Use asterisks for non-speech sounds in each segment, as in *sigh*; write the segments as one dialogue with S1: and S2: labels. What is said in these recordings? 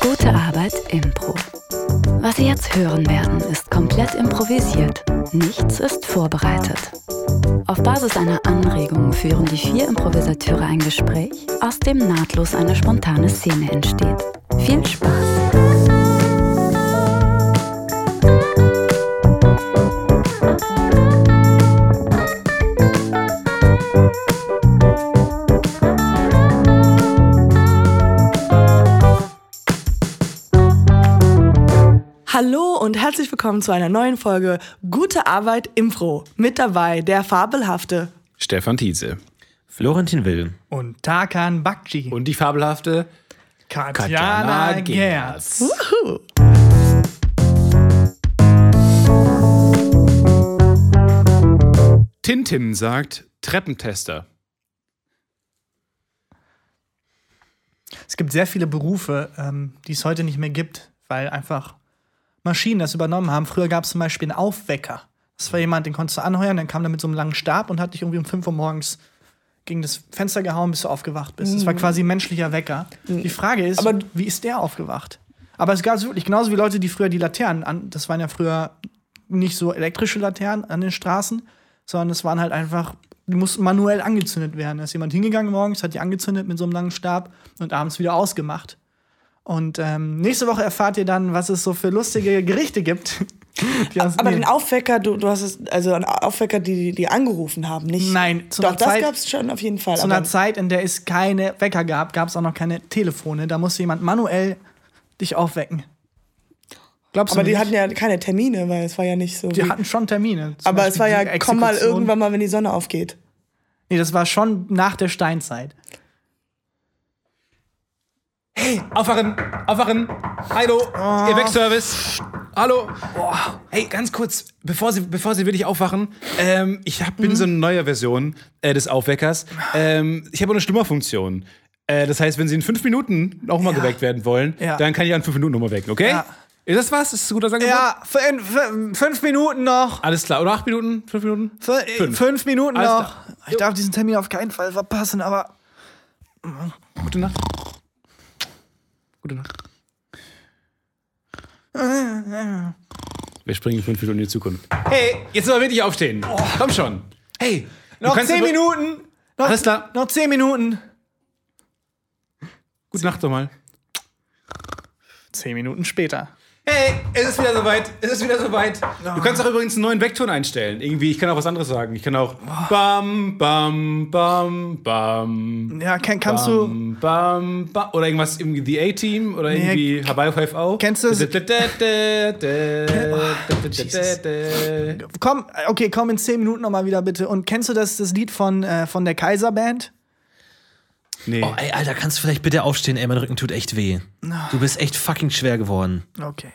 S1: Gewalt Impro. Was Sie jetzt hören werden, ist komplett improvisiert. Nichts ist vorbereitet. Auf Basis einer Anregung führen die vier Improvisateure ein Gespräch, aus dem nahtlos eine spontane Szene entsteht. Viel Spaß!
S2: Hallo und herzlich willkommen zu einer neuen Folge Gute Arbeit Impro. Mit dabei der fabelhafte.
S3: Stefan Tietze.
S4: Florentin Will.
S5: und Tarkan Bakci.
S3: Und die fabelhafte
S5: Katjana,
S3: Jana
S5: Gerz.
S3: Gerz. Tintin sagt Treppentester.
S5: Es gibt sehr viele Berufe, ähm, die es heute nicht mehr gibt, weil einfach Maschinen das übernommen haben. Früher gab es zum Beispiel einen Aufwecker. Das war jemand, den konntest du anheuern, dann kam der mit so einem langen Stab und hat dich irgendwie um 5 Uhr morgens gegen das Fenster gehauen, bis du aufgewacht bist. Das war quasi ein menschlicher Wecker. Die Frage ist,
S2: Aber-
S5: wie ist der aufgewacht? Aber es gab es wirklich, genauso wie Leute, die früher die Laternen an, das waren ja früher nicht so elektrische Laternen an den Straßen, sondern es waren halt einfach, die mussten manuell angezündet werden. Da ist jemand hingegangen morgens, hat die angezündet mit so einem langen Stab und abends wieder ausgemacht. Und ähm, nächste Woche erfahrt ihr dann, was es so für lustige
S2: *laughs*
S5: Gerichte gibt. Die aus-
S2: Aber
S5: nee.
S2: den Aufwecker, du, du hast es, also einen Aufwecker, die, die angerufen haben, nicht?
S5: Nein, zu
S2: Doch,
S5: einer
S2: das
S5: Zeit-
S2: gab es schon auf jeden Fall.
S5: zu einer
S2: aber-
S5: Zeit, in der es keine Wecker gab, gab es auch noch keine Telefone. Da musste jemand manuell dich aufwecken. Glaubst du
S2: aber die
S5: nicht?
S2: hatten ja keine Termine, weil es war ja nicht so.
S5: die
S2: wie-
S5: hatten schon Termine. Zum
S2: aber es
S5: Beispiel
S2: war
S5: die
S2: ja, komm mal
S5: Exekution.
S2: irgendwann mal, wenn die Sonne aufgeht.
S5: Nee, das war schon nach der Steinzeit.
S3: Aufwachen, aufwachen. Hallo, ihr Wegservice. Hallo. Hey, ganz kurz, bevor Sie, bevor Sie wirklich aufwachen, ähm, ich hab, bin so eine neue Version äh, des Aufweckers. Ähm, ich habe eine Schlummerfunktion. Äh, das heißt, wenn Sie in fünf Minuten auch mal geweckt werden wollen,
S5: Ja.
S3: dann kann ich an fünf Minuten nochmal wecken, okay?
S5: Ja.
S3: Ist das was? Ist das ein guter Angebot?
S5: Ja, fün- fün- fünf Minuten noch.
S3: Alles klar. Oder acht Minuten? Fünf Minuten?
S5: Fün- Fünf, Minuten
S3: Alles
S5: noch.
S3: klar.
S5: Ich darf diesen Termin auf keinen Fall verpassen, aber
S3: Gute Nacht. Gute Nacht. Wir springen fünf Minuten in die Zukunft. Hey, jetzt aber wirklich aufstehen. Komm schon. Hey, du
S5: noch
S3: kannst
S5: zehn
S3: aber-
S5: Minuten. Noch,
S3: Alles klar.
S5: Noch zehn Minuten.
S3: Gute Nacht nochmal.
S5: Zehn Minuten später.
S3: Hey, es ist wieder soweit. Es ist wieder soweit. Du kannst auch übrigens einen neuen Vektor einstellen. Irgendwie, ich kann auch was anderes sagen. Ich kann auch bam, bam, bam, bam.
S5: Ja, kann, kannst du.
S3: Bam, bam, bam. Oder irgendwas irgendwie The A-Team oder irgendwie Hawaii 5 auch.
S5: Kennst du das?
S3: das?
S5: Komm, äh, okay, komm in 10 Minuten nochmal wieder bitte. Und kennst du das, das Lied von, äh, von der Kaiserband?
S3: Nee.
S4: Oh, ey, Alter, kannst du vielleicht bitte aufstehen? Ey, mein Rücken tut echt weh. Du bist echt fucking schwer geworden.
S5: Okay.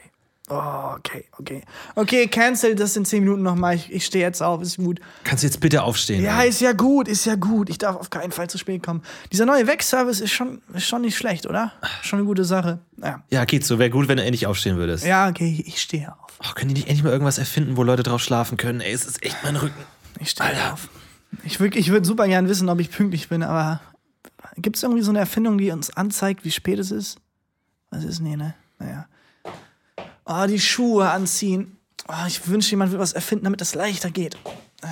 S5: Oh, okay, okay. Okay, cancel das in 10 Minuten nochmal. Ich, ich stehe jetzt auf, ist gut.
S4: Kannst du jetzt bitte aufstehen?
S5: Ja,
S4: ey?
S5: ist ja gut, ist ja gut. Ich darf auf keinen Fall zu spät kommen. Dieser neue Wegservice ist schon, ist schon nicht schlecht, oder? Schon eine gute Sache. Ja,
S4: ja geht so. Wäre gut, wenn du endlich aufstehen würdest.
S5: ja okay, ich- ich stehe auf.
S4: Oh, können die nicht endlich mal irgendwas erfinden, wo Leute drauf schlafen können? Ey, es ist echt mein Rücken.
S5: Ich stehe auf. Ich würde ich würd super gern wissen, ob ich pünktlich bin, aber gibt es irgendwie so eine Erfindung, die uns anzeigt, wie spät es ist? Was ist? Nee, ne? Naja. Oh, die Schuhe anziehen. Oh, ich wünsche, jemand würde was erfinden, damit das leichter geht. Äh,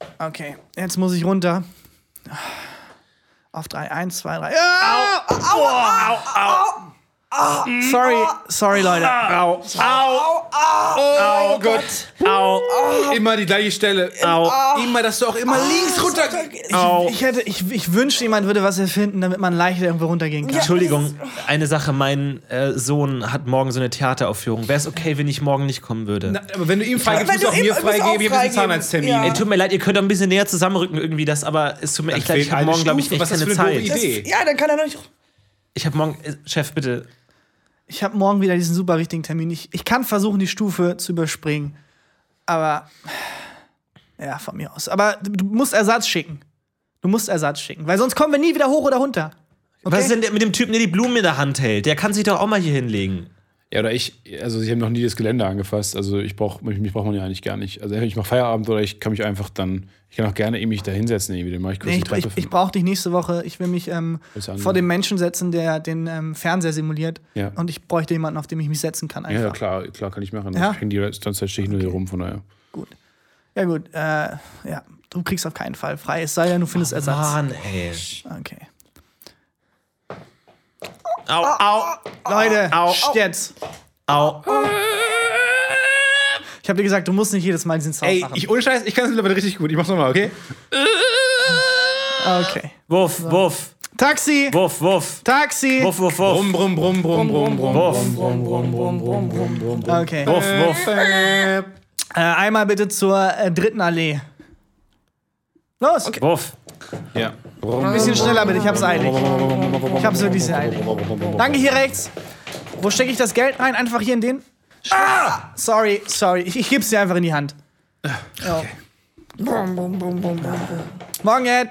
S5: naja. Okay, jetzt muss ich runter. Auf drei, eins, zwei, drei. Ah! Au, Mm. au, au, au. Sorry, sorry, Leute.
S3: Au, au, au, oh Gott, au, immer die gleiche Stelle, au, immer, dass du auch immer links runter, au.
S5: Ich, hätte, ich, ich wünschte, jemand würde was erfinden, damit man leichter irgendwo runtergehen kann.
S4: Entschuldigung, eine Sache. Mein äh, Sohn hat morgen so eine Theateraufführung. Wäre es okay, wenn ich morgen nicht kommen würde?
S3: Na, aber wenn du ihm freigibst,
S2: Wenn
S3: musst du
S2: du
S3: auch
S2: ihm-
S3: mir
S2: musst du auch
S3: freigeben, ich habe einen
S2: freigeben.
S3: Zahnarzttermin.
S2: Ja.
S4: Ey, tut mir leid, ihr könnt doch ein bisschen näher zusammenrücken irgendwie das, aber es tut mir echt leid.
S3: fehlt
S4: Ich habe
S3: eine
S4: morgen, glaube ich,
S3: Stufe.
S4: echt
S3: Was ist
S4: keine
S3: das für eine
S4: Zeit.
S3: doofe Idee?
S2: Das, ja, dann kann er noch nicht.
S4: Ich habe morgen, äh, Chef, bitte.
S5: Ich habe morgen wieder diesen super wichtigen Termin. Ich, ich kann versuchen, die Stufe zu überspringen. Aber. Ja, von mir aus. Aber du- du musst Ersatz schicken. Du musst Ersatz schicken, weil sonst kommen wir nie wieder hoch oder runter.
S4: Was ist denn der- mit dem Typen, der die Blumen in der Hand hält? Der kann sich doch auch mal hier hinlegen.
S3: Ja, Ja, oder ich, also ich habe noch nie das Gelände angefasst. Also ich brauche, mich, mich braucht man ja eigentlich gar nicht. Also entweder ich mache Feierabend oder ich kann mich einfach dann, ich kann auch gerne irgendwie mich da hinsetzen irgendwie. Dann mache ich kurz
S5: Nee,
S3: die
S5: ich
S3: Treppe.
S5: ich, ich brauche dich nächste Woche. Ich will mich ähm,
S3: Ist anders.
S5: vor dem Menschen setzen, der den ähm, Fernseher simuliert.
S3: Ja.
S5: Und ich bräuchte jemanden, auf dem ich mich setzen kann. Einfach.
S3: ja, klar, klar kann ich machen.
S5: Ja?
S3: Ich hänge die sonst stehe ich nur hier rum, von daher.
S5: Gut. Ja, gut. Äh, ja, du kriegst auf keinen Fall frei. Es sei denn, du findest Ersatz.
S4: Mann, ey.
S5: Okay.
S4: Au, au,
S5: Leute,
S4: au,
S5: pst, jetzt.
S4: au.
S5: Ich habe dir gesagt, du musst nicht jedes Mal diesen Sound
S3: Ey,
S5: machen.
S3: ich ohne Scheiß, ich kann es mittlerweile richtig gut. Ich mach's nochmal, okay?
S5: Ah, okay.
S4: Wuff, wuff,
S5: Taxi!
S4: wuff, wuff.
S5: Taxi!
S4: Wuff, wuff, wuff.
S3: Brumm, brumm, brumm, brumm, brumm, brumm,
S4: Wuff.
S3: brumm, brumm, brumm, brumm, brumm, brumm, brumm.
S5: Okay.
S4: Wuff, wuff.
S5: Äh, einmal bitte zur äh, dritten Allee. Los!
S4: Wuff.
S3: Ja.
S5: Ein bisschen schneller bitte, ich hab's eilig. Ich hab's wirklich sehr eilig. Danke, hier rechts. Wo stecke ich das Geld rein? Einfach hier in den. Ah! Sorry, sorry. Ich, ich geb's dir einfach in die Hand. Ja. Morgen, Ed.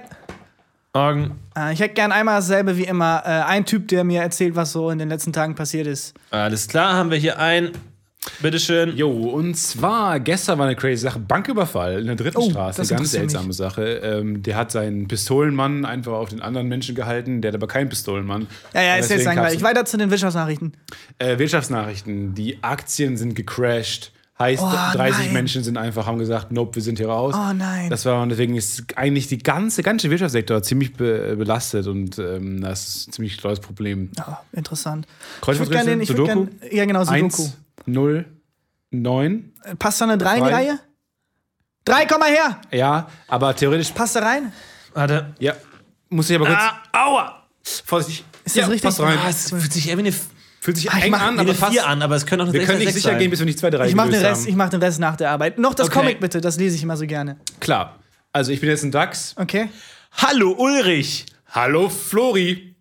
S4: Morgen.
S5: Äh, Ich hätte gern einmal dasselbe wie immer. Äh, ein Typ, der mir erzählt, was so in den letzten Tagen passiert ist.
S4: Alles klar, haben wir hier ein. Bitteschön.
S3: Jo, und zwar, gestern war eine crazy Sache. Banküberfall in der dritten Straße.
S5: Oh,
S3: Ganz
S5: das interessiert mich.
S3: seltsame Sache. Ähm, der hat seinen Pistolenmann einfach auf den anderen Menschen gehalten. Der hat aber keinen Pistolenmann.
S5: Ja, ja, ist
S3: Deswegen
S5: jetzt langweilig.
S3: gab's-
S5: Weiter zu den Wirtschaftsnachrichten.
S3: Äh, Wirtschaftsnachrichten. Die Aktien sind gecrashed. Heißt,
S5: Oh,
S3: 30
S5: nein.
S3: Menschen sind einfach, haben gesagt, nope, wir sind hier raus.
S5: Oh, nein.
S3: Das war, und deswegen ist eigentlich die ganze, ganze Wirtschaftssektor ziemlich be belastet und ähm, das ist ein ziemlich tolles Problem.
S5: Oh, interessant. Ich würd
S3: Kreuzworträtsel,
S5: gern den- ich würd
S3: Sudoku?
S5: gern- Ja, genau, Sudoku.
S3: 1, 0, 9.
S5: Äh, Passt da eine 3 in die
S3: Drei.
S5: Reihe? 3, komm mal her!
S3: Ja, aber theoretisch.
S5: Passt da rein?
S4: Warte.
S3: Ja. Muss ich aber kurz.
S4: Ah, aua.
S3: Vorsichtig.
S5: Ist das richtig? ah,
S3: Passt rein.
S4: Ah, es fühlt sich eher wie eine,
S3: Fühlt sich
S5: ich
S3: eng
S5: mach
S3: an,
S4: wie
S3: aber
S4: eine
S3: passt.
S4: 4 an, aber es können auch eine
S3: Wir
S4: 6
S3: können nicht sicher
S4: sein.
S3: gehen, bis wir nicht zwei, drei
S5: Ich mach, den
S3: gelöst
S5: Rest, ich mach den Rest nach der Arbeit. Noch das
S4: Okay.
S5: Comic bitte, das lese ich immer so gerne.
S3: Klar. Also, ich bin jetzt ein DAX.
S5: Okay?
S4: Hallo Ulrich.
S3: Hallo, Flori.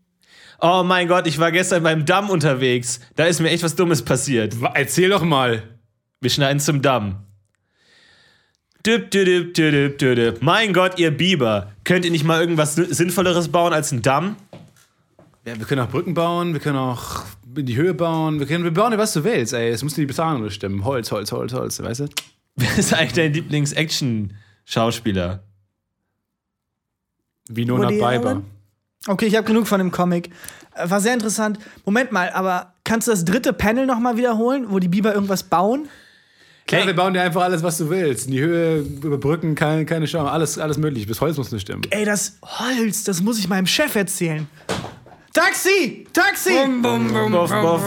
S4: Oh mein Gott, ich war gestern beim Damm unterwegs. Da ist mir echt was Dummes passiert.
S3: Wa- Erzähl doch mal.
S4: Wir schneiden zum Damm. Düb, düdüb, düdüb, düdüb. Mein Gott, ihr Biber. Könnt ihr nicht mal irgendwas Sinnvolleres bauen als einen Damm?
S3: Ja, wir können auch Brücken bauen, wir können auch in die Höhe bauen, wir können, wir bauen ja, was du willst, ey. Es muss nur die Bezahlung stimmen. Holz, Holz, Holz, Holz, weißt du?
S4: Wer *laughs* ist eigentlich dein Lieblings-Action-Schauspieler?
S3: Winona
S5: Woody
S3: Biber.
S5: Allen? Okay, ich habe genug von dem Comic. Äh, War sehr interessant. Moment mal, aber kannst du das dritte Panel nochmal wiederholen, wo die Biber irgendwas bauen?
S3: Klar,
S4: Ey.
S3: wir bauen dir einfach alles, was du willst. In die Höhe, über Brücken, keine, keine Scham, alles, alles möglich. Bis Holz muss nur stimmen.
S5: Ey, das Holz, das muss ich meinem Chef erzählen. Taxi! Taxi!
S4: Boff, boff.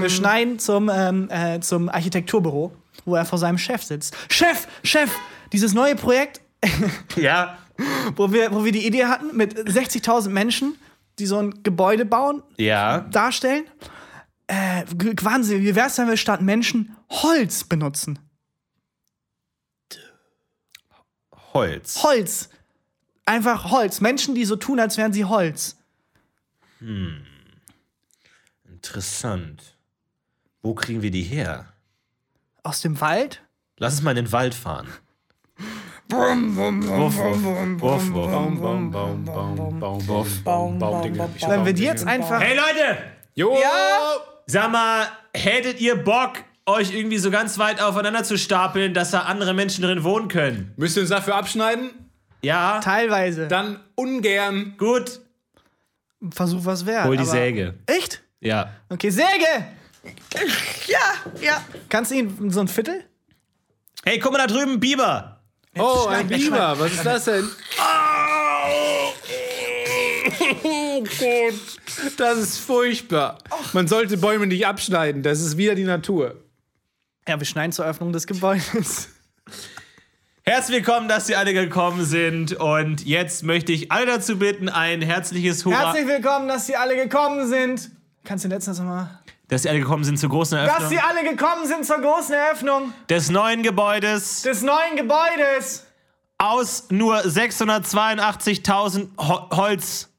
S5: Wir schneiden zum, ähm, äh, zum Architekturbüro, wo er vor seinem Chef sitzt. Chef! Chef! Dieses neue Projekt,
S4: Ja.
S5: wo wir, wo wir die Idee hatten, mit 60.000 Menschen, die so ein Gebäude bauen,
S4: Ja.
S5: darstellen. Äh, g- Wahnsinn, wie wär's, wenn wir statt Menschen Holz benutzen?
S4: Holz.
S5: Holz. Einfach Holz. Menschen, die so tun, als wären sie Holz.
S4: Interessant. Wo kriegen wir die her?
S5: Aus dem Wald?
S4: Lass uns mal in den Wald fahren. Wuff, wuff, wuff, wuff.
S3: Baum, Baum, Baum, Baum, Baum, Baum, Baum,
S5: Wenn wir die jetzt einfach.
S4: Hey Leute!
S3: Jo!
S4: Sag mal, hättet ihr Bock, euch irgendwie so ganz weit aufeinander zu stapeln, dass da andere Menschen drin wohnen können?
S3: Müsst ihr uns dafür abschneiden?
S4: Ja,
S5: Teilweise.
S3: Dann ungern.
S4: gut.
S5: Versuch was wert.
S4: Hol die
S5: aber-
S4: Säge.
S5: Echt?
S4: Ja.
S5: Okay, Säge! Ja, ja. Kannst du ihn so ein Viertel?
S4: Hey, guck mal da drüben, Biber.
S3: Oh,
S5: schneiden,
S3: ein
S5: jetzt
S3: Biber, was ist das *laughs* denn? Oh Gott. Das ist furchtbar. Man sollte Bäume nicht abschneiden, das ist wieder die Natur.
S5: Ja, wir schneiden zur Öffnung des Gebäudes.
S4: Herzlich willkommen, dass Sie alle gekommen sind. Und jetzt möchte ich alle dazu bitten, ein herzliches *laughs* Hurra,
S5: Herzlich willkommen, dass Sie alle gekommen sind. Kannst du den letzten nochmal.
S4: dass Sie alle gekommen sind zur großen
S5: Dass
S4: Eröffnung
S5: Sie alle gekommen sind zur großen Eröffnung
S4: des neuen Gebäudes
S5: des neuen Gebäudes.
S4: aus nur 682.000 Ho Holz.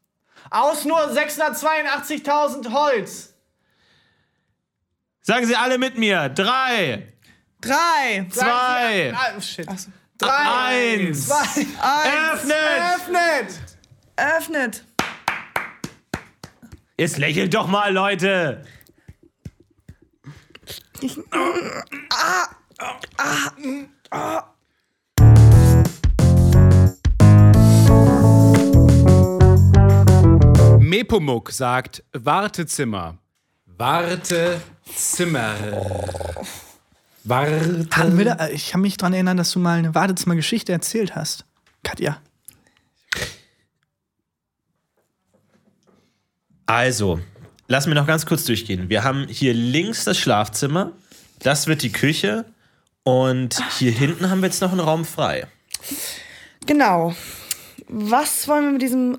S5: Aus nur 682.000 Holz.
S4: Sagen Sie alle mit mir. Drei,
S5: Drei,
S4: Zwei.
S5: Ah, shit. Drei,
S4: eins.
S5: zwei,
S4: Öffnet!
S5: öffnet.
S2: Öffnet.
S4: Jetzt lächelt doch mal, Leute.
S3: Mepomuk sagt Wartezimmer. Wartezimmer. Warte.
S5: Hatten wir da, ich kann mich daran erinnern, dass du mal eine Wartezimmergeschichte erzählt hast. Katja.
S4: Also, lass mir noch ganz kurz durchgehen. Wir haben hier links das Schlafzimmer, das wird die Küche und hier hinten haben wir jetzt noch einen Raum frei.
S2: Genau. Was wollen wir mit diesem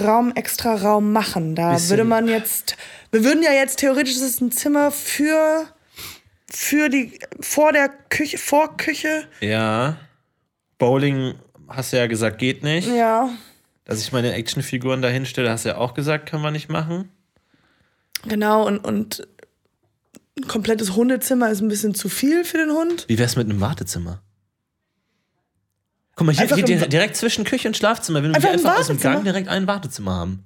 S2: Raum, extra Raum machen? Da
S4: Bisschen-
S2: würde man jetzt, wir würden ja jetzt theoretisch, das ist ein Zimmer für, für die, vor der Küche, Vorküche.
S4: Ja. Bowling hast du ja gesagt, geht nicht.
S2: Ja,
S4: Dass ich meine Actionfiguren da hinstelle, hast du ja auch gesagt, kann man nicht machen.
S2: genau. Und, und ein komplettes Hundezimmer ist ein bisschen zu viel für den Hund.
S4: Wie wär's mit einem Wartezimmer? Guck mal, hier,
S2: Einfach
S4: hier
S2: im
S4: dir-
S2: Wa-
S4: direkt zwischen Küche und Schlafzimmer, wenn wir
S2: Einfach
S4: hier
S2: im
S4: einfach aus dem
S2: Wartezimmer?
S4: Gang direkt ein Wartezimmer haben.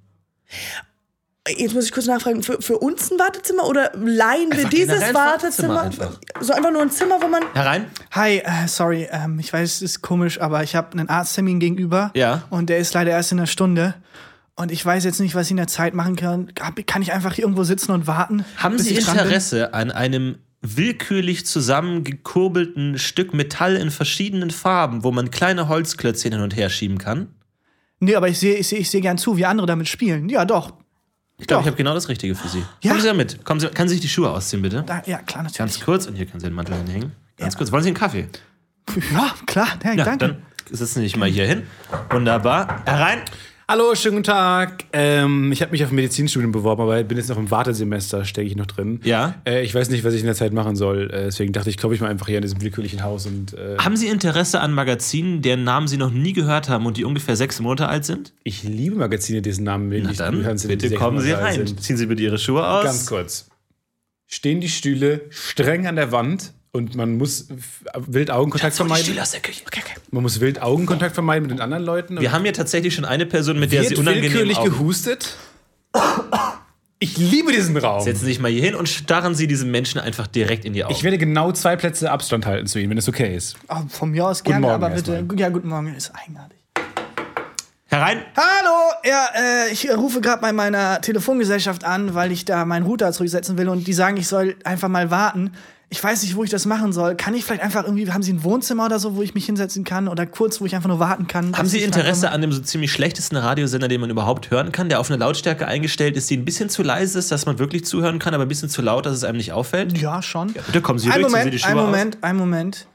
S2: Jetzt muss ich kurz nachfragen, für, für uns ein Wartezimmer oder leihen wir
S4: Einfach
S2: dieses
S4: generell ein
S2: Wartezimmer?
S4: Wartezimmer
S2: So einfach nur ein Zimmer, wo man.
S4: Herein?
S5: Hi, äh, sorry, ähm, ich weiß, es ist komisch, aber ich habe einen Arzttermin gegenüber.
S4: Ja.
S5: Und der ist leider erst in einer Stunde. Und ich weiß jetzt nicht, was ich in der Zeit machen kann. Hab- Kann ich einfach hier irgendwo sitzen und warten?
S4: Haben
S5: bis
S4: Sie
S5: ich dran bin?
S4: Interesse an einem willkürlich zusammengekurbelten Stück Metall in verschiedenen Farben, wo man kleine Holzklötzchen hin und her schieben kann?
S5: Nee, aber ich sehe ich seh, ich seh gern zu, wie andere damit spielen. Ja, doch.
S4: Ich glaube,
S5: Doch.
S4: ich habe genau das Richtige für Sie.
S5: Ja.
S4: Kommen Sie da mit. Kommen Sie, kann Sie sich die Schuhe ausziehen, bitte?
S5: Da, ja, klar, natürlich.
S4: Ganz kurz, und hier können Sie den Mantel hinhängen. Ganz kurz. Wollen Sie einen Kaffee?
S5: Ja, klar, ja,
S4: Ja,
S5: danke.
S4: dann sitzen Sie sich mal hier hin. Wunderbar. Herein.
S3: Hallo, schönen guten Tag. Ähm, ich habe mich auf ein Medizinstudium beworben, aber bin jetzt noch im Wartesemester, stecke ich noch drin.
S4: Ja.
S3: Äh, ich weiß nicht, was ich in der Zeit machen soll. Äh, deswegen dachte ich, glaube ich mal einfach hier an diesem willkürlichen Haus und äh,
S4: Haben Sie Interesse an Magazinen, deren Namen Sie noch nie gehört haben und die ungefähr sechs Monate alt sind?
S3: ich liebe Magazine, diesen Namen
S4: Na
S3: wenig
S4: dann,
S3: bekannt sind, die
S4: bitte
S3: sechs
S4: kommen Sie
S3: Monate alt
S4: rein.
S3: sind.
S4: Ziehen Sie bitte Ihre Schuhe aus.
S3: Ganz kurz. Stehen die Stühle streng an der Wand und man muss f- wild Augenkontakt
S4: Komm, die
S3: vermeiden.
S4: Stühle aus der Küche. Okay, okay.
S3: Man muss wild Augenkontakt vermeiden mit den anderen Leuten.
S4: Wir haben hier tatsächlich schon eine Person, mit der
S3: Wird
S4: Sie unangenehm
S3: willkürlich
S4: augen-
S3: gehustet. Ich liebe diesen Raum.
S4: Setzen Sie sich mal hier hin und starren Sie diesem Menschen einfach direkt in die Augen.
S3: Ich werde genau zwei Plätze Abstand halten zu Ihnen, wenn es okay ist.
S5: Ah, von mir aus gerne,
S3: Morgen
S5: aber bitte.
S3: erstmal.
S5: Ja, guten Morgen, ist eigenartig.
S4: Herein.
S5: Hallo, ja, äh, ich rufe gerade bei meiner Telefongesellschaft an, weil ich da meinen Router zurücksetzen will und die sagen, ich soll einfach mal warten. Ich weiß nicht, wo ich das machen soll. Kann ich vielleicht einfach irgendwie, haben Sie ein Wohnzimmer oder so, wo ich mich hinsetzen kann oder kurz, wo ich einfach nur warten
S4: Haben
S5: kann? dass
S4: Sie
S5: ich
S4: Interesse
S5: einfach
S4: an dem so ziemlich schlechtesten Radiosender, den man überhaupt hören kann, der auf eine Lautstärke eingestellt ist, die ein bisschen zu leise ist, dass man wirklich zuhören kann, aber ein bisschen zu laut, dass es einem nicht
S5: mal-
S4: auffällt?
S5: Ja, schon.
S4: Bitte kommen Sie
S5: ein
S4: ruhig, ziehen Sie
S5: Moment,
S4: die Schuhe
S5: ein
S4: aus.
S5: Moment, ein Moment.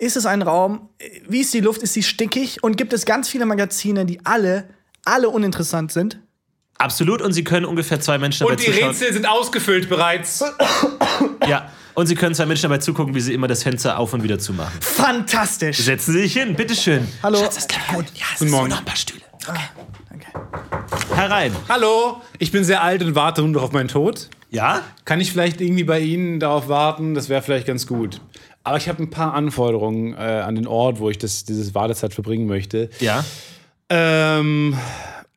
S5: Ist es ein Raum? Wie ist die Luft? Ist sie stickig? Und gibt es ganz viele Magazine, die alle, alle uninteressant sind?
S4: Absolut, und Sie können ungefähr zwei Menschen dabei zuschauen.
S3: sind ausgefüllt bereits.
S4: Ja, und Sie können zwei Menschen dabei zugucken, wie sie immer das Fenster auf und wieder zumachen.
S5: Fantastisch.
S4: Setzen Sie sich hin, bitteschön.
S5: Hallo. Ah,
S4: Schatz, das klappt gut. Ja, es
S3: Guten
S4: sind
S3: Morgen.
S4: noch ein paar Stühle.
S5: Danke.
S4: Herein.
S3: Hallo, ich bin sehr alt und warte nun noch auf meinen Tod.
S4: Ja?
S3: Kann ich vielleicht irgendwie bei Ihnen darauf warten? Das wäre vielleicht ganz gut. Aber ich habe ein paar Anforderungen äh, an den Ort, wo ich das, dieses Wartezeit verbringen möchte.
S4: Ja.
S3: Ähm,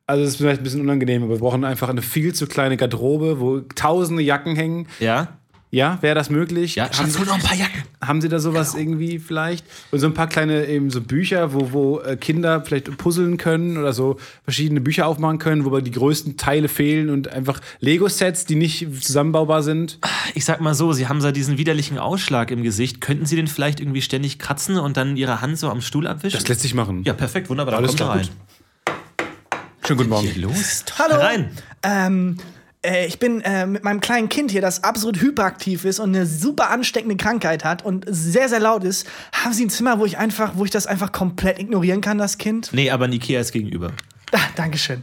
S3: also, das ist vielleicht ein bisschen unangenehm, aber wir brauchen einfach eine viel zu kleine Garderobe, wo tausende Jacken hängen.
S4: Ja.
S3: Ja, wäre das möglich?
S4: Ja.
S3: Haben
S4: Schatz, hol noch ein paar Jacken.
S3: Haben Sie da sowas
S4: Genau.
S3: irgendwie vielleicht? Und so ein paar kleine eben so Bücher, wo, wo äh, Kinder vielleicht puzzeln können oder so verschiedene Bücher aufmachen können, wobei die größten Teile fehlen und einfach Lego-Sets, die nicht zusammenbaubar sind.
S4: Ich sag mal so, Sie haben seit diesen widerlichen Ausschlag im Gesicht. Könnten Sie den vielleicht irgendwie ständig kratzen und dann Ihre Hand so am Stuhl abwischen?
S3: Das lässt sich machen.
S4: ja, perfekt, wunderbar. Dann
S3: Alles
S4: kommt er
S3: klar,
S4: rein.
S3: Schönen guten Morgen.
S4: Los.
S5: Hallo.
S4: Herein.
S5: Ähm, äh, ich bin äh, mit meinem kleinen Kind hier, das absolut hyperaktiv ist und eine super ansteckende Krankheit hat und sehr, sehr laut ist. Haben Sie ein Zimmer, wo ich einfach, wo ich das einfach komplett ignorieren kann, das Kind? *laughs*
S4: Nee, aber ein Ikea ist gegenüber.
S5: Ah, Dankeschön.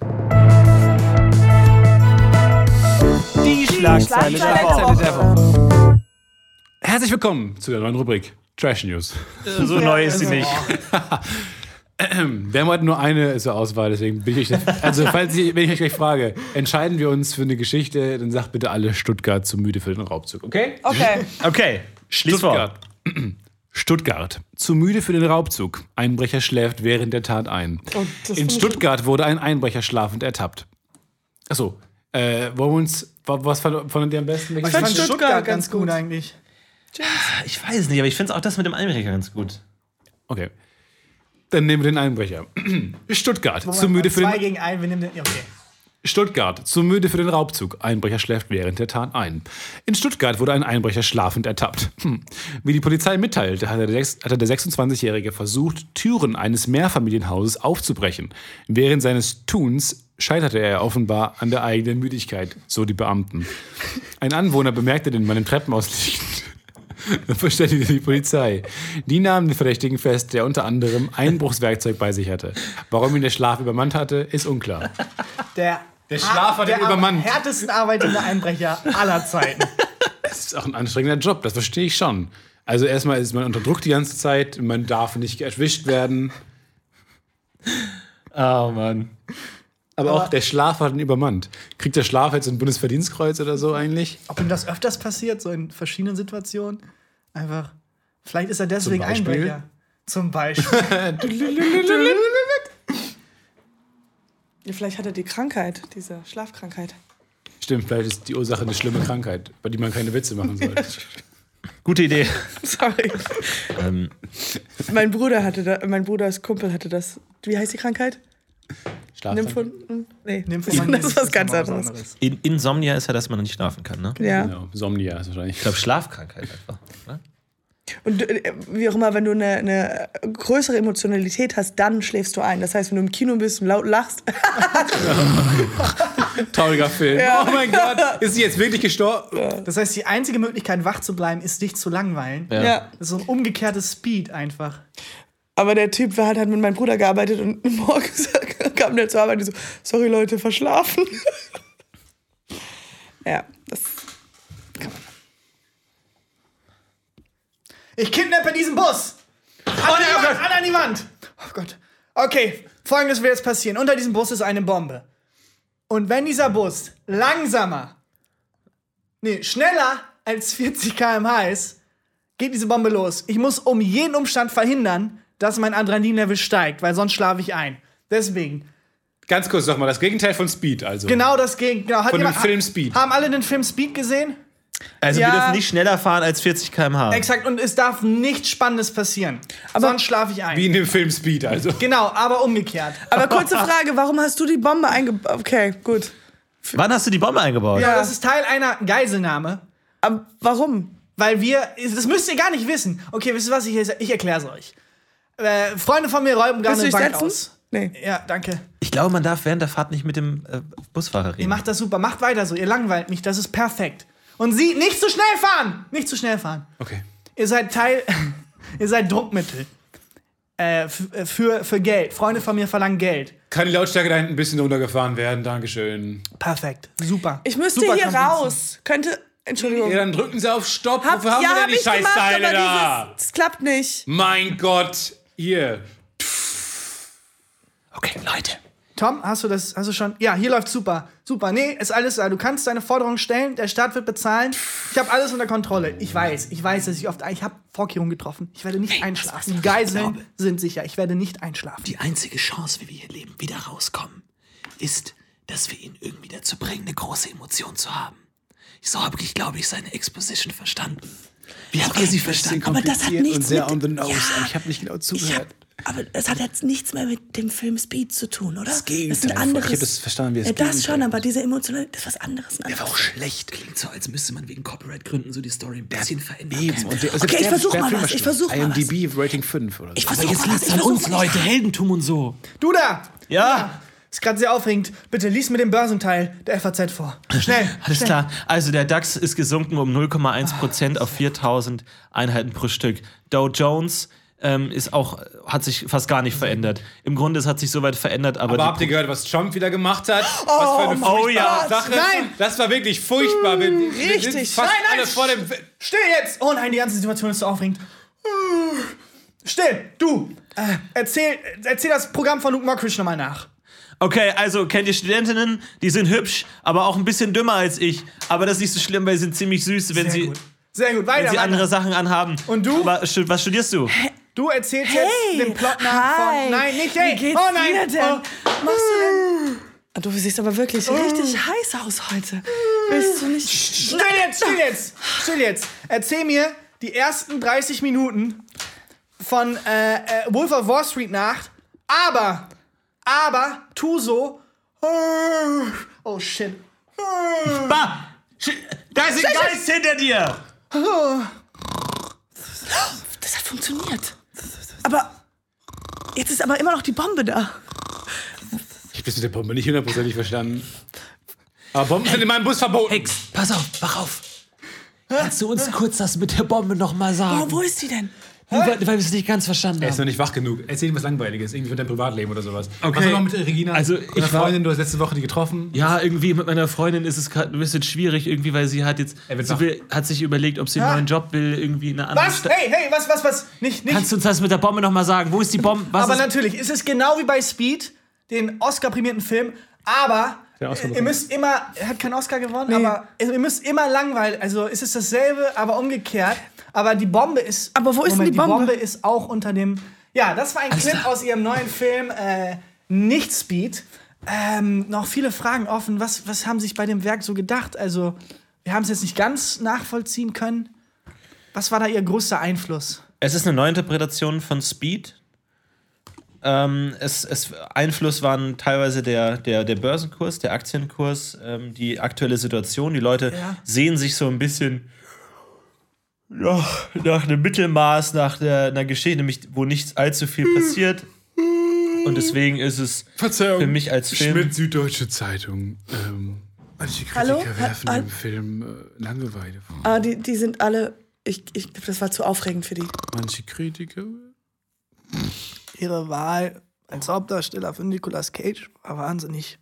S5: Die Schlagzeile der
S3: Herzlich willkommen zu der neuen Rubrik Trash News.
S4: So neu ist sie nicht.
S3: Wir haben heute nur eine zur Auswahl, deswegen bin ich euch. Also, falls ich, wenn ich euch gleich frage, entscheiden wir uns für eine Geschichte, dann sagt bitte alle Stuttgart zu müde für den Raubzug, okay?
S2: Okay.
S4: Okay, schließ vor.
S3: Stuttgart. *clears throat* Stuttgart. Zu müde für den Raubzug. Einbrecher schläft während der Tat ein.
S2: Oh, das
S3: In
S2: find ich-
S3: Stuttgart wurde ein Einbrecher schlafend ertappt. Achso, Äh, wollen wir uns, wa- was fand- fandet ihr am besten?
S5: Ich fand Stuttgart, ganz gut eigentlich.
S4: Ich weiß nicht, aber ich finde auch das mit dem Einbrecher ganz gut.
S3: Okay. Dann nehmen wir den Einbrecher. *clears throat* Stuttgart, zu müde für
S5: Zwei
S3: den,
S5: gegen einen, wir nehmen den. ja, Okay.
S3: Stuttgart, zu müde für den Raubzug. Einbrecher schläft während der Tat ein. In Stuttgart wurde ein Einbrecher schlafend ertappt. Hm. Wie die Polizei mitteilte, hatte der sechs- hatte der 26-Jährige versucht, Türen eines Mehrfamilienhauses aufzubrechen. Während seines Tuns scheiterte er offenbar an der eigenen Müdigkeit, so die Beamten. Ein Anwohner bemerkte den Mann im Treppenhaus liegend *laughs* und verständigte die Polizei. Die nahmen den Verdächtigen fest, der unter anderem Einbruchswerkzeug bei sich hatte. Warum ihn der Schlaf übermannt hatte, ist unklar.
S5: Der, der
S3: Schlaf hat ihn übermannt.
S5: Der am härtesten arbeitende *laughs* Einbrecher aller Zeiten.
S3: Das ist auch ein anstrengender Job, das verstehe ich schon. Also erstmal ist man unter Druck die ganze Zeit, man darf nicht erwischt werden.
S4: Oh Mann.
S3: Aber, auch der Schlaf hat ihn übermannt. Kriegt der Schlaf jetzt ein Bundesverdienstkreuz oder so eigentlich?
S5: Ob ihm das öfters passiert, so in verschiedenen Situationen? Einfach. Vielleicht ist er deswegen
S3: Beispiel?
S5: Einbrecher. Zum Beispiel.
S2: Ja, vielleicht hat er die Krankheit, diese Schlafkrankheit.
S3: Stimmt, vielleicht ist die Ursache eine schlimme Krankheit, bei der man keine Witze machen sollte.
S4: Gute Idee.
S2: Sorry.
S4: ähm,
S2: mein Bruder hatte da, mein Bruders Kumpel hatte das. Wie heißt die Krankheit?
S3: Schlaf.
S2: Nimm von. Nee.
S5: Nimm von meinem
S2: das ist was ganz
S5: nochmal was
S2: anderes.
S4: In Insomnia ist ja, dass man nicht schlafen kann, ne? Ich
S2: Ja.
S3: Genau, Somnia ist wahrscheinlich.
S4: glaube, Schlafkrankheit einfach. Ne?
S2: Und äh, wie auch immer, wenn du eine, eine größere Emotionalität hast, dann schläfst du ein. Das heißt, wenn du im Kino bist und laut lachst,
S3: Trauriger Film. Oh mein Gott, ist sie jetzt wirklich gestorben?
S5: Das heißt, die einzige Möglichkeit, wach zu bleiben, ist, dich zu langweilen.
S4: Ja.
S2: ja.
S5: Das ist so ein umgekehrtes Speed einfach.
S2: Aber der Typ war, hat, hat mit meinem Bruder gearbeitet und *laughs* morgens kam der zur Arbeit und so, sorry Leute, verschlafen. *laughs* ja, das
S5: Ich kidnappe diesen Bus! An, die, Wand, an, an die Wand! Oh Gott. Okay, folgendes wird jetzt passieren. Unter diesem Bus ist eine Bombe. Und wenn dieser Bus langsamer, nee, schneller als 40 km/h ist, geht diese Bombe los. Ich muss um jeden Umstand verhindern, dass mein Adrenalinlevel steigt, weil sonst schlafe ich ein. Deswegen,
S3: Ganz kurz nochmal, das Gegenteil von Speed also.
S5: genau das Gegenteil. Genau. Hat
S3: Von dem
S5: jemand-
S3: Film Speed.
S5: Haben alle den Film Speed gesehen?
S4: Also
S5: Ja.
S4: wir dürfen nicht schneller fahren als 40 km/h.
S5: Exakt, und es darf nichts Spannendes passieren. sonst schlafe ich ein.
S3: Wie in dem Film Speed also.
S5: Genau, aber umgekehrt.
S2: Aber kurze Frage, warum hast du die Bombe einge... Okay, gut.
S4: Wann hast du die Bombe eingebaut?
S5: Ja, Also, das ist Teil einer Geiselnahme,
S2: Aber warum?
S5: weil wir, das müsst ihr gar nicht wissen. Okay, wisst ihr was, ich, ich erkläre es euch. Äh, Freunde von mir räumen gerade
S2: Willst du
S5: eine
S2: dich
S5: Bank
S2: setzen?
S5: aus.
S2: Nee.
S5: Ja, danke.
S4: Ich glaube, man darf während der Fahrt nicht mit dem äh, Busfahrer
S5: Ihr
S4: reden.
S5: macht das super, macht weiter so, ihr langweilt mich, das ist perfekt. Und sie, nicht zu schnell fahren! Nicht zu schnell fahren.
S3: Okay.
S5: Ihr seid Teil, *laughs* ihr seid Druckmittel. Äh, f- äh, für, für Geld. Freunde von mir verlangen Geld.
S3: Kann die Lautstärke da hinten ein bisschen runtergefahren werden? Dankeschön.
S5: Perfekt. Super.
S2: Ich müsste
S5: super
S2: hier
S5: Komplizen.
S2: raus. Könnte... Entschuldigung.
S3: Ja, dann drücken sie auf Stopp.
S2: Hab-
S3: Wofür haben wir denn die
S2: ich gemacht,
S3: Scheißteile
S2: aber
S3: da?
S2: dieses- Es klappt nicht.
S3: Mein Gott, hier.
S4: Okay, Leute.
S5: Tom, hast du das, hast du schon? Ja, hier läuft super. Super. Nee, ist alles, da. du kannst deine Forderung stellen, der Staat wird bezahlen. Ich habe alles unter Kontrolle. Ich weiß, ich weiß, dass ich oft, ich habe Vorkehrungen getroffen. Ich werde nicht einschlafen. Die Geiseln sind sicher. Ich werde nicht einschlafen.
S6: Die einzige Chance, wie wir hier leben, wieder rauskommen, ist, dass wir ihn irgendwie dazu bringen, eine große Emotion zu haben. So habe ich, glaube ich, seine Exposition verstanden. Wie habt ihr sie verstanden?
S3: Aber
S6: das hat nichts
S3: und sehr
S6: mit-
S3: on the nose.
S6: Ja.
S3: aber Ich habe nicht genau
S6: Ich hab,
S3: zugehört.
S6: aber das hat jetzt nichts mehr mit dem Film Speed zu tun, oder? Das
S3: Gegenteil
S6: ist ein
S3: von-
S6: anderes.
S3: ich hab das verstanden, wie das
S2: Äh,
S6: Ja, das
S3: Gegenteil
S6: schon, aber diese emotionale, das ist was anderes. Ein Der war anderes. auch schlecht. Klingt so, als müsste man wegen Copyright-Gründen so die Story ein bisschen verändern.
S3: Eben. Und der- also
S6: okay, ich
S3: der-
S6: versuch
S3: der
S6: mal
S3: Film
S6: was. Ich
S3: war schlimm.
S6: versuch mal was.
S3: IMDb Rating 5 oder so.
S6: Ich
S5: Also
S6: versuch mal was. Ich versuch mal.
S4: Heldentum und so.
S5: Du da!
S4: Ja,
S5: Ist gerade sehr aufregend. Bitte lies mir den Börsenteil der FAZ vor. Schnell.
S4: *laughs* alles klar. Also der DAX ist gesunken um 0,1% auf 4000 Einheiten pro Stück. Dow Jones ähm, ist auch, hat sich fast gar nicht verändert. Im Grunde, es hat sich soweit verändert, aber,
S3: aber
S4: die
S3: habt ihr gehört, was Trump wieder gemacht hat? was für eine furchtbare
S4: ja.
S3: Sache.
S5: Nein.
S3: Das war wirklich furchtbar. Wir, wir
S2: Richtig.
S3: sind fast
S5: Nein, nein.
S3: alle vor dem...
S5: Still jetzt! Oh nein, die ganze Situation ist so aufregend. Still, du! Äh, erzähl, erzähl das Programm von Luke Mockridge nochmal nach.
S4: Okay, also kennt ihr Studentinnen? Die sind hübsch, aber auch ein bisschen dümmer als ich. Aber das ist nicht so schlimm, weil sie sind ziemlich süß, wenn
S5: Sehr
S4: sie,
S5: gut. Sehr gut, weiter.
S4: wenn sie
S5: weiter.
S4: andere Sachen anhaben.
S5: Und du?
S4: Aber stu- was studierst du?
S5: Du erzählst
S6: Hey,
S5: jetzt den Plot nach
S6: hi.
S5: von. Nein, nicht hey.
S6: Wie geht's
S5: oh nein.
S6: dir denn?
S5: Oh,
S6: Machst du denn?
S2: Ah, Du siehst aber wirklich
S3: Oh.
S2: richtig heiß aus heute. Willst du nicht?
S5: Still jetzt, still jetzt, still jetzt. Erzähl mir die ersten 30 Minuten von äh, äh, Wolf of Wall Street Nacht, aber, aber, tu so. Oh shit.
S4: Bah! Sch- Da ist ein Geist hinter dir!
S2: Das hat funktioniert. Aber jetzt ist aber immer noch die Bombe da.
S3: Ich bin mit der Bombe nicht hundertprozentig verstanden. Aber Bomben sind in meinem Bus verboten.
S6: Hex, pass auf, wach auf. Kannst du uns kurz das mit der Bombe nochmal sagen?
S2: Oh, wo ist sie denn?
S6: Nur weil, weil wir es nicht ganz verstanden
S3: Er ist
S6: haben.
S3: noch nicht wach genug. Erzähl ihm was Langweiliges, irgendwie von deinem Privatleben oder sowas. Okay.
S4: Okay.
S3: Was war mit Regina?
S4: Also,
S3: Deiner
S4: ich war-
S3: Freundin, du hast letzte Woche die getroffen.
S4: Ja, irgendwie mit meiner Freundin ist es gerade ein bisschen schwierig, irgendwie, weil sie hat jetzt.
S3: Er wird
S4: Sie
S3: wach.
S4: will, hat sich überlegt, ob sie einen
S5: Ja.
S4: neuen Job will, irgendwie in einer anderen
S5: Was?
S4: Stadt.
S5: Hey, hey, was, was, was? Nicht, nicht.
S4: Kannst du uns das mit der Bombe nochmal sagen? Wo ist die Bombe? Was
S5: aber
S4: ist
S5: natürlich, es ist genau wie bei Speed, den Oscar-prämierten Film, aber
S3: Der Oscar
S5: äh, ihr
S3: bekommen.
S5: müsst immer, er hat keinen Oscar gewonnen, aber ihr müsst immer langweilen, also es ist dasselbe, aber umgekehrt, aber die Bombe ist...
S2: Aber wo ist denn die Bombe?
S5: Die Bombe ist auch unter dem... Ja, das war ein Clip aus ihrem neuen Film äh, Nicht Speed. Ähm, noch viele Fragen offen, was, was haben sich bei dem Werk so gedacht? Also, wir haben es jetzt nicht ganz nachvollziehen können. Was war da ihr größter Einfluss?
S4: Es ist eine Neuinterpretation von Speed. Ähm, es, es, Einfluss waren teilweise der, der, der Börsenkurs, der Aktienkurs, ähm, die aktuelle Situation. Die Leute
S5: Ja.
S4: sehen sich so ein bisschen ja, nach einem Mittelmaß, nach der, einer Geschichte, nämlich wo nicht allzu viel passiert. Und deswegen ist es
S3: Verzeihung.
S4: für mich als Film.
S3: Schmidt Süddeutsche Zeitung. Ähm, manche Kritiker
S2: Hallo?
S3: werfen
S2: Ha-
S3: dem Film äh, Langeweile vor.
S2: Ah, die, die sind alle. Ich, ich glaube, das war zu aufregend für die.
S3: Manche Kritiker.
S5: ihre Wahl als Hauptdarsteller für Nicolas Cage war wahnsinnig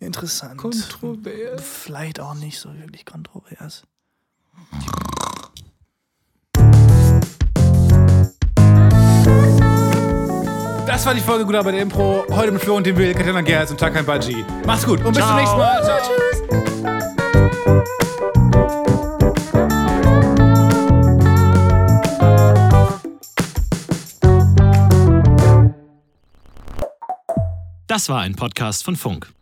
S5: interessant.
S3: Kontrovers.
S5: Vielleicht auch nicht so wirklich kontrovers.
S3: Das war die Folge Gut Arbeit Impro. Heute mit Flo und dem Will, Katjana Gerz und Tarkan Baji. Macht's gut und bis zum nächsten Mal. Ciao. Tschüss.
S7: Das war ein Podcast von Funk.